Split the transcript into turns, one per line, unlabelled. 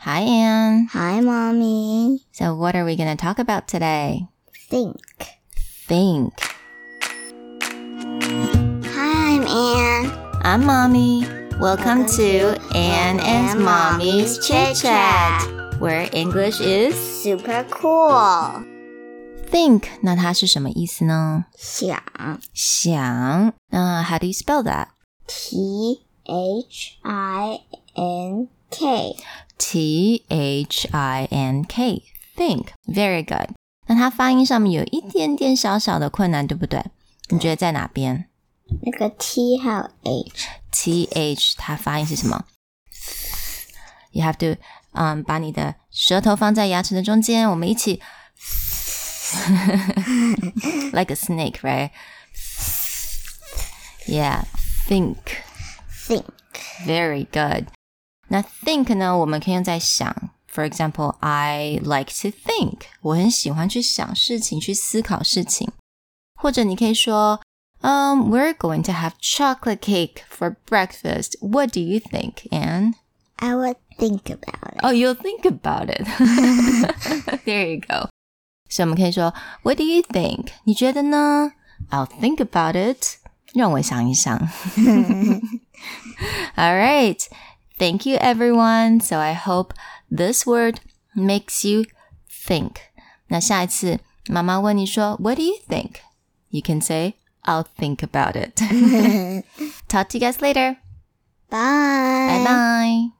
Hi, Anne.
Hi, mommy.
So, what are we going to talk about today?
Think.
Think.
Hi, I'm Anne.
I'm Mommy. Welcome, to Anne and Mommy's Chit Chat, where English is
Super cool.
think. 那它是什么意思呢？
想
想。那 How do you spell that?
T H I N K.
T H I N K. Think. Very good. 那它发音上面有一点点小小的困难，对不对？你觉得在哪边？
那个 T 还有 H，
T H 它发音是什么？You have to 嗯、把你的舌头放在牙齿的中间，我们一起 ，like a snake, right? Yeah, think.
think
Very good. 那 think 呢，我们可以用在想。For example, I like to think. 我很喜欢去想事情，去思考事情。或者你可以说，嗯、w e r e going to have chocolate cake for breakfast. What do you think, Anne?
I would think about it.
Oh, you'll think about it. there you go. 所以我们可以说，What do you think? 你觉得呢？I'll think about it. 让我想一 想。All right. Thank you, everyone. So I hope this word makes you think. 那下一次妈妈问你说，What do you think? You can say, I'll think about it. Talk to you guys later.
Bye.
Bye bye.